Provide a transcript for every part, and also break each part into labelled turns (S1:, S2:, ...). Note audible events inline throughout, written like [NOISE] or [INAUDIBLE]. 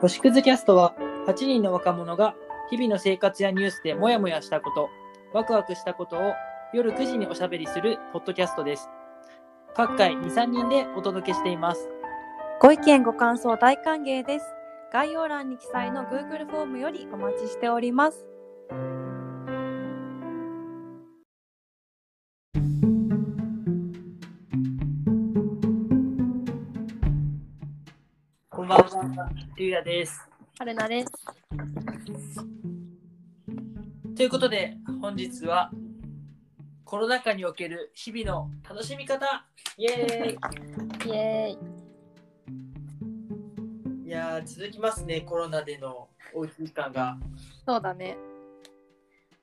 S1: 星屑キャストは8人の若者が日々の生活やニュースでモヤモヤしたこと、ワクワクしたことを夜9時におしゃべりするポッドキャストです。各回2、3人でお届けしています。
S2: ご意見ご感想大歓迎です。概要欄に記載の Google フォームよりお待ちしております。
S1: こんばんは、ゆうやです。
S2: 春菜です。
S1: ということで、本日はコロナ禍における日々の楽しみ方イエ
S2: イエーイ。
S1: ーイいやー、続きますね、コロナでのおうち時間が。
S2: そうだね。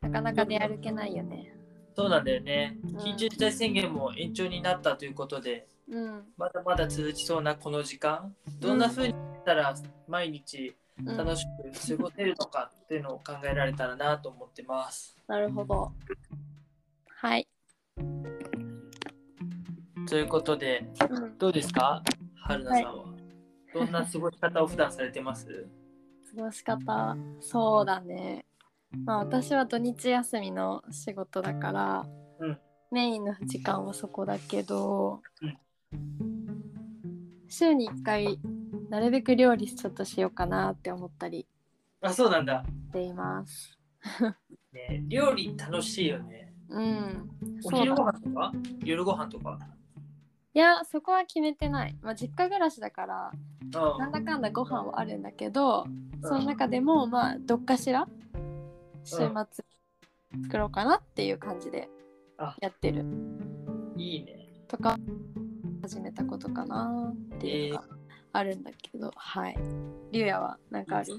S2: なかなか出歩けないよね。
S1: そうなんだよね。緊急事態宣言も延長になったということで、
S2: うん。
S1: まだまだ続きそうなこの時間、どんな風にしたら毎日
S2: うん
S1: 楽しく過ごせるのかっていうのを考えられたらなと思ってます。
S2: なるほど。はい。
S1: ということで、
S2: うん。
S1: どうですか春菜さんは。どんな過ごし方を普段されてます
S2: 過ごし方、そうだね。まあ私は土日休みの仕事だから、
S1: [LAUGHS] うん
S2: メインの時間はそこだけど、
S1: うん
S2: 週に1回なるべく料理ちょっとしようかなって思ったり
S1: あ、そうなんだ。
S2: しています。
S1: ね、料理楽しいよね。
S2: うん。
S1: お
S2: そう
S1: 昼
S2: だ
S1: ご飯とか夜ご飯とか。
S2: いやそこは決めてない。まあ実家暮らしだから
S1: う
S2: なんだかんだご飯はあるんだけど、
S1: ん
S2: その中でもまあどっかしら週末作ろうかなっていう感じで
S1: あ
S2: やってる
S1: うんいいね。
S2: とか始めたことかなっていうのがあるんだけど、はい。りゅうやはなんかある？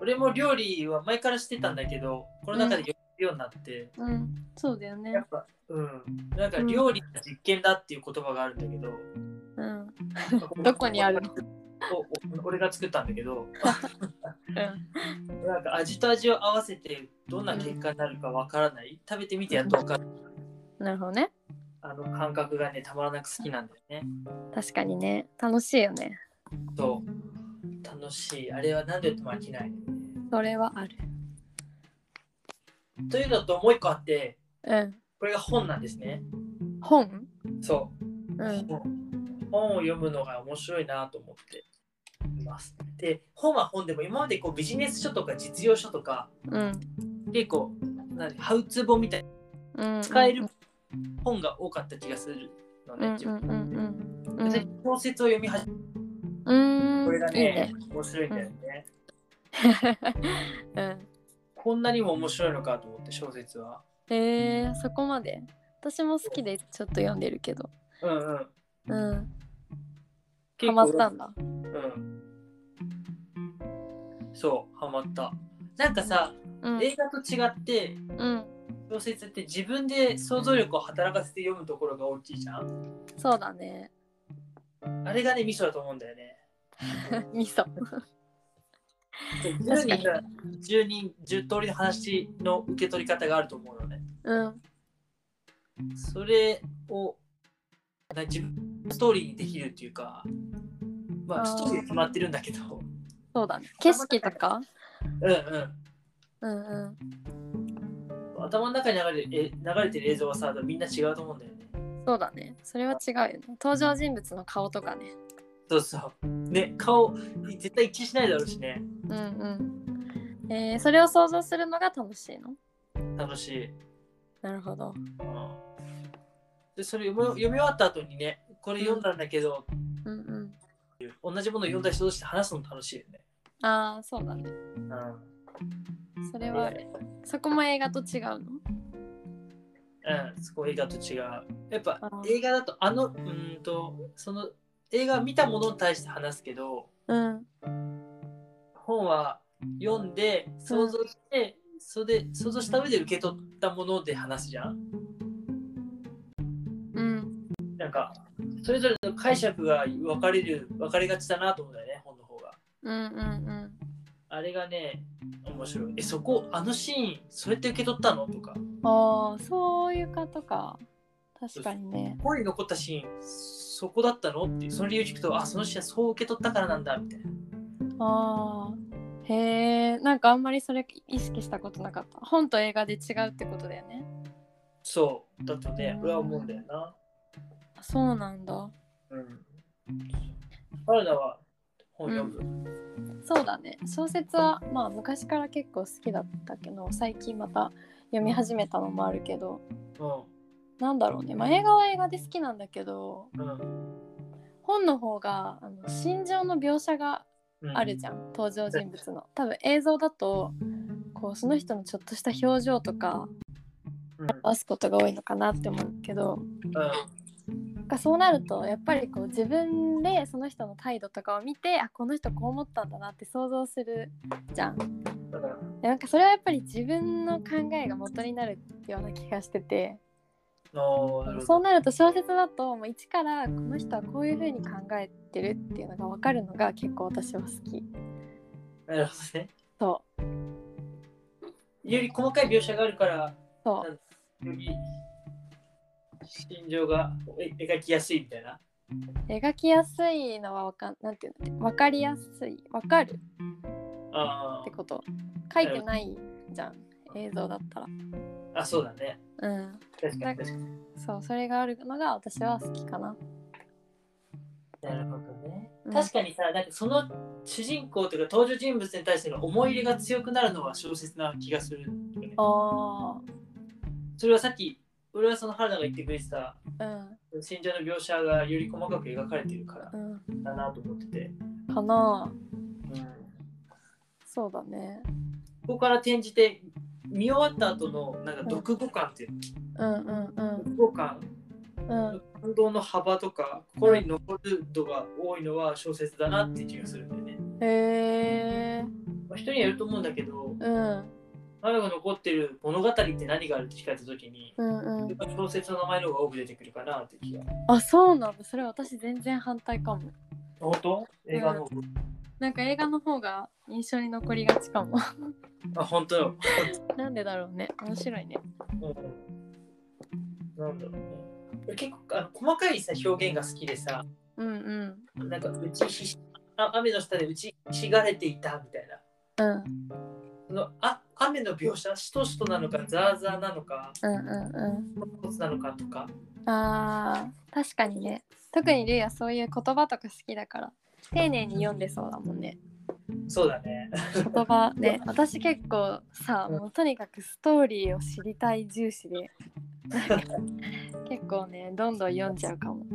S1: 俺も料理は前からしてたんだけど、コロナ禍でよくやるようになって、
S2: うん、そうだよ
S1: や
S2: ね
S1: っ。ぱ、うん、なんか料理が実験だっていう言葉があるんだけど、
S2: うん、どこにあるの？
S1: おお俺が作ったんだけど、
S2: う
S1: なんか味と味を合わせてどんな結果になるかわからない、食べてみてやっとわかる、
S2: ん、なるほどね。
S1: あの感覚がね、たまらなく好きなんだよね。
S2: 確かにね、楽しいよね。
S1: そう、楽しい。あれは何でやっても飽きない。
S2: それはある。
S1: というのと、もう一個あって、
S2: うん、
S1: これが本なんですね。
S2: 本？
S1: そうう、
S2: ん、
S1: 本を読むのが面白いなと思っています。で、本は本でも今までこうビジネス書とか実用書とか、
S2: うん、
S1: 結構何ハウツー本みたいな
S2: うん。
S1: 使える本が多かった気がするの
S2: うん
S1: ね、
S2: うん
S1: 自分
S2: うんうん
S1: で小説を読み始め
S2: うん。
S1: これが
S2: いい
S1: ね
S2: ね。 [LAUGHS]
S1: 面白いんだよね、
S2: うん。
S1: こんなにも面白いのかと思って小説は
S2: えー、そこまで。私も好きでちょっと読んでるけど。
S1: うんうん
S2: うん。ハ
S1: 結
S2: マ
S1: 構
S2: ったんだ。
S1: うんそうハマったなんかさ、
S2: うん。
S1: 映画と違って
S2: うん。
S1: 小説って自分で想像力を働かせて読むところが大きいじゃん
S2: そうだね。
S1: あれがねミソだと思うんだよね
S2: 味噌。
S1: 10
S2: 確かに
S1: 人が10人10通りの話の受け取り方があると思うのね
S2: うん。
S1: それをな自分のストーリーにできるっていうか、ま
S2: あ
S1: あ、
S2: ー
S1: ストーリーは決まってるんだけど、
S2: そうだね。景色とか
S1: うんう、
S2: うんうん
S1: 頭の中に流れるえ流れてる映像はさ、みんな違うと思うんだよね。
S2: ん。そうだね。それは違うよね。登場人物の顔とかね。
S1: そうそう。ね、顔、絶対一致しないだろうしね、
S2: うんうん。えー、それを想像するのが楽しいの
S1: 楽しい。うん、
S2: なるほど。
S1: でそれ読み読み終わった後にね、これ読んだんだけど、
S2: うんうん。
S1: 同じものを読んだ人同士で話すのも楽しいよね。
S2: ああ、そうだね。
S1: うん、
S2: それはある。そこも映画と違うの
S1: うん、すごい映画と違う。やっぱ
S2: あー
S1: 映画だとあのうーんとその映画見たものに対して話すけど
S2: うん。
S1: 本は読んで想像して、それで想像した上で受け取ったもので話すじゃん。
S2: うん。
S1: なんかそれぞれの解釈が分かれる分かれがちだなと思うんだよね本の方が。
S2: うんうんうん。
S1: あれがね面白い。えそこあのシーンそれって受け取ったのとか
S2: ああそういうことか確かにね
S1: ここに残ったシーンそこだったのっていうその理由聞くとあそのシーンはそう受け取ったからなんだみたいな。
S2: あーへえなんかあんまりそれ意識したことなかった本と映画で違うってことだよね
S1: そうだとね俺は思うんだよな
S2: あそうなんだ
S1: うん原田は本読む、
S2: そうだね小説はまあ昔から結構好きだったけど最近また読み始めたのもあるけどなんだろうねまあ映画は映画で好きなんだけど
S1: うんうん
S2: 本の方があの心情の描写が
S1: うん
S2: あるじゃん、登場人物の多分映像だとこうその人のちょっとした表情とか
S1: うん
S2: 合わすことが多いのかなって思うけど
S1: う
S2: なんかそうなるとやっぱりこう自分でその人の態度とかを見てあこの人こう思ったんだなって想像するじゃん
S1: んだから
S2: でなんかそれはやっぱり自分の考えが元になるような気がしてて
S1: ああなるほ
S2: そう
S1: ど
S2: なると小説だともう一からこの人はこういう風に考えてるっていうのが分かるのが結構私は好き
S1: なるほどね
S2: そ
S1: より細かい描写があるから
S2: うそう
S1: より心情がえ描きやすいみたいな
S2: 描きやすいのはわかんなんていうのわかりやすいわかる
S1: あ
S2: ってこと書いてないじゃん映像だった
S1: ああそうだね
S2: らうん
S1: 確かに確かに
S2: そうそれがあるのが私は好きかな
S1: なるほどね
S2: うん
S1: 確かにさなんかその主人公というか登場人物に対しての思い入れが強くなるのは小説な気がするよね
S2: あ
S1: それはさっき俺はその原田が言ってくれてた
S2: ー
S1: 心情の描写がより細かく描かれてるから
S2: うんう
S1: だなと思ってて、
S2: んかな
S1: うん、
S2: そうだね
S1: ここから転じて見終わった後のなんか読後感っていう
S2: うんうん
S1: 読後感
S2: うんうん
S1: 感動の幅とか心に残る度が多いのは小説だなって気がするんだよね、
S2: へえ
S1: まあ、人にはよると思うんだけど
S2: うん
S1: 前が残ってる物語って何があるって聞かれた時に
S2: うんうん
S1: 小説の名前の方が多く出てくるかなって気が。
S2: あそうなんだそれ私全然反対かも
S1: 本当映画の方、
S2: なんか映画の方が印象に残りがちかも [LAUGHS]
S1: あ、本当よ。
S2: なんでだろうね面白いね
S1: うん、なんだろうね。俺結構あの細かいさ表現が好きでさ、
S2: うんうん
S1: なんか打ちひしあ雨の下で打ちひしがれていたみたいな。
S2: うん
S1: そのあ雨の描写、しとしとなのか、ザーザーなのか、
S2: うんうんうん
S1: ポツなのかとか。
S2: あー確かにね特にルイはそういう言葉とか好きだから丁寧に読んでそうだもんね
S1: そうだね。
S2: 言葉ね私結構さ
S1: うん
S2: もうとにかくストーリーを知りたい重視で [LAUGHS] なんか結構ねどんどん読んじゃうかも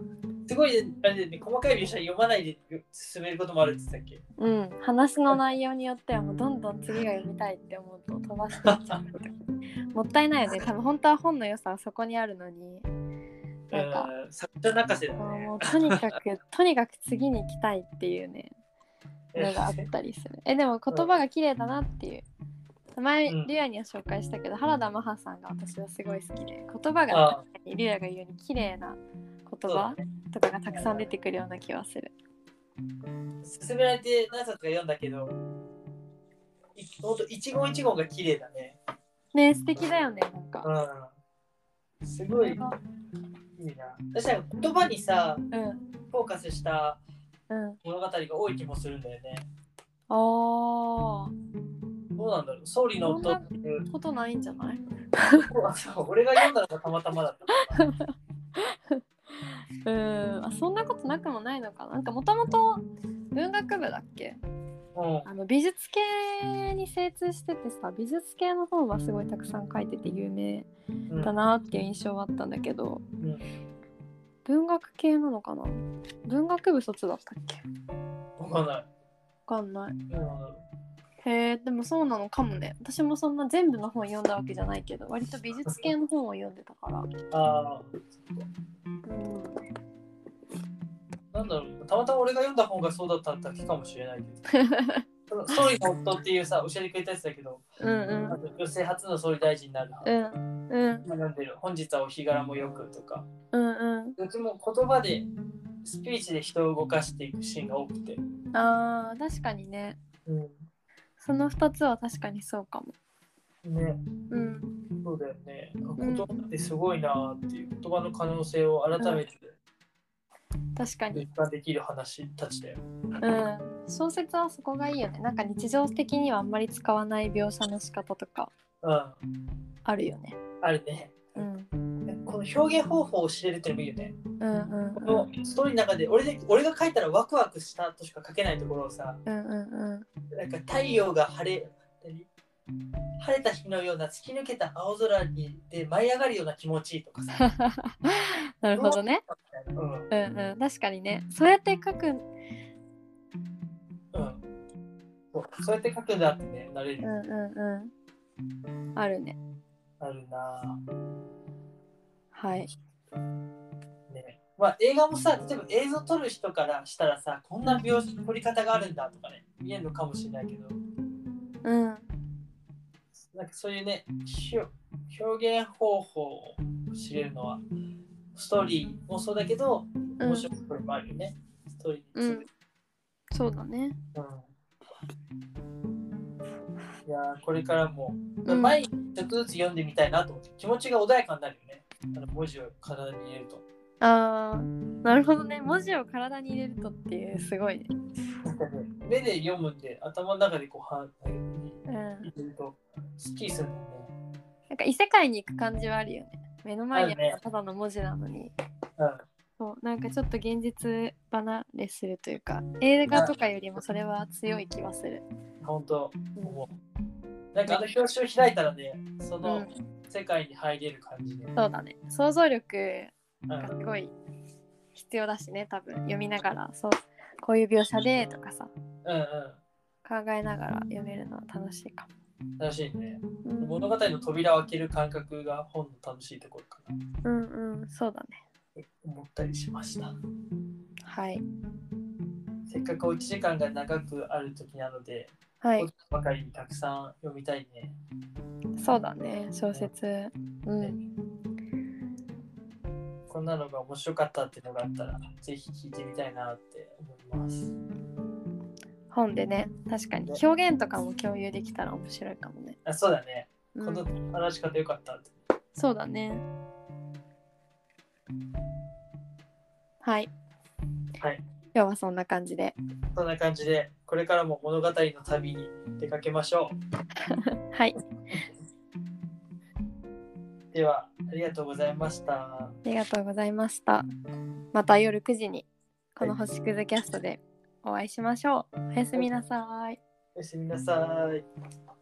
S1: すごい、あれでね、細かい描写読まないで進めることもあるって言ってたっけ
S2: うん話の内容によってはもうどんどん次が読みたいって思うと飛ばしてっちゃう [LAUGHS] もったいないよね多分本当は本の良さはそこにあるの
S1: [LAUGHS]
S2: になんか
S1: うん、作者泣かせだ
S2: もう
S1: ね。
S2: もうとにか
S1: [LAUGHS]
S2: くとにかく次に行きたいっていうねのがあったり
S1: [LAUGHS]
S2: する。えでも言葉が綺麗だなっていう。前
S1: うん
S2: リュアには紹介したけど原田マハさんが私はすごい好きで言葉が
S1: あ
S2: リュアが言うように綺麗な
S1: そ
S2: 言
S1: うだ
S2: 葉
S1: ね
S2: とかがたくさん出てくるような気はする。
S1: 勧められて何冊か読んだけど、いほんと一言一言が綺麗だね。
S2: ねえ素敵だよねなんか。
S1: うん。すごいいいな。確かに言葉にさ、
S2: うん
S1: フォーカスした
S2: うん。
S1: 物語が多い気もするんだよね。
S2: あー
S1: どうなんだろう総理の夫っていう。
S2: ことないんじゃない
S1: そう俺が読んだのがたまたまだったから。
S2: うんあそんなことなくもないのかななんかもともと文学部だっけ
S1: うん。
S2: あの美術系に精通しててさ美術系の本はすごいたくさん書いてて有名
S1: うん
S2: だなっていう印象はあったんだけど、
S1: ん
S2: 文学系なのかな文学部卒だったっけ
S1: わかんない。
S2: わかんない
S1: うん
S2: へえでもそうなのかもね私もそんな全部の本読んだわけじゃないけど割と美術系の本を読んでたから、うん、
S1: ああ、なんだろう。たまたま俺が読んだ本がそうだっただけかもしれないけど。総理の夫っていうさ、教えてくれたやつだけど、
S2: うんう
S1: あ
S2: ん
S1: と女性初の総理大臣になる。
S2: うんうん
S1: 今読んでる。本日はお日柄もよくとか。
S2: うん
S1: どっちも言葉でスピーチで人を動かしていくシーンが多くて、
S2: うんあー確かにねその2つは確かにそうかも
S1: ね
S2: うん
S1: そうだよね言
S2: ん
S1: 葉ってすごいなっていう言葉の可能性を改めて
S2: 確かに
S1: 一般できる話たちだよ。
S2: うん小説はそこがいいよねなんか日常的にはあんまり使わない描写の仕方とか
S1: うん。あ
S2: あるよね
S1: るね。
S2: うん
S1: この表現方法を知れるっていうのもいいよね。
S2: うんうん
S1: こ
S2: うん
S1: のストーリーの中で俺で俺が書いたらワクワクしたとしか書けないところをさ、
S2: うんうん [LAUGHS] うん
S1: なんか太陽が晴れ、何晴れた日のような突き抜けた青空にで舞い上がるような気持ちとかさ。
S2: なるほどね
S1: うん
S2: うんうん確かにねそうやって書く
S1: うん。そうそうやって書くんだってね、なれ
S2: う
S1: る。
S2: んうんうんあるね
S1: なるな
S2: はい
S1: ぁね。まあ映画もさ、例えば映像撮る人からしたらさ、こんな描写の撮り方があるんだとかね、見えるのかもしれないけど、
S2: うん
S1: なんかそういうね、ひょ表現方法を知れるのは、ストーリーもそうだけど、
S2: うん
S1: 面白いところもあるよね。ストーリーについて。
S2: そうだね
S1: うんいやーこれからも、
S2: うん
S1: 毎日ちょっとずつ読んでみたいなと思って気持ちが穏やかになるよねあの文字を体に入れると
S2: あーなるほどね文字を体に入れるとっていうすごいね
S1: なんかね目で読むんで頭の中でこうは入
S2: うんな
S1: れるとスッキリするんだよね
S2: んか異世界に行く感じはあるよね目の前にあ
S1: ある
S2: る
S1: ね
S2: ただの文字なのに
S1: うん
S2: そうなんかちょっと現実離れするというか映画とかよりもそれは強い気はする
S1: 本当思うなんかあの表紙を開いたらねその世界に入れる感じで、
S2: そうだね想像力
S1: うん
S2: がすごい必要だしね多分読みながらそうこういう描写でとかさ
S1: うん
S2: 考えながら読めるのは楽しいか
S1: うん楽しいね
S2: も、うん、
S1: 物語の扉を開ける感覚が本の楽しいところかな
S2: うんうんそうだね
S1: って思ったりしました
S2: はい
S1: せっかくおうち時間が長くある時なので、
S2: はい
S1: ばかりにたくさん読みたいね。
S2: そうだね小説うん
S1: こんなのが面白かったっていうのがあったら、ぜひ聞いてみたいなって思います。
S2: 本でね確かに
S1: ね
S2: 表現とかも共有できたら面白いかもね、
S1: あそうだね。
S2: う
S1: こ
S2: ん
S1: の、話し方よかったって。
S2: そうだねはい
S1: はい。
S2: 今日はそんな感じで
S1: そんな感じで、これからも物語の旅に出かけましょ
S2: はいあ
S1: う。では、ありがとうございました。
S2: りがとうございましたまた夜9時にこの星屑キャストでお会いしましょうおやすみなさい
S1: おやすみなさい。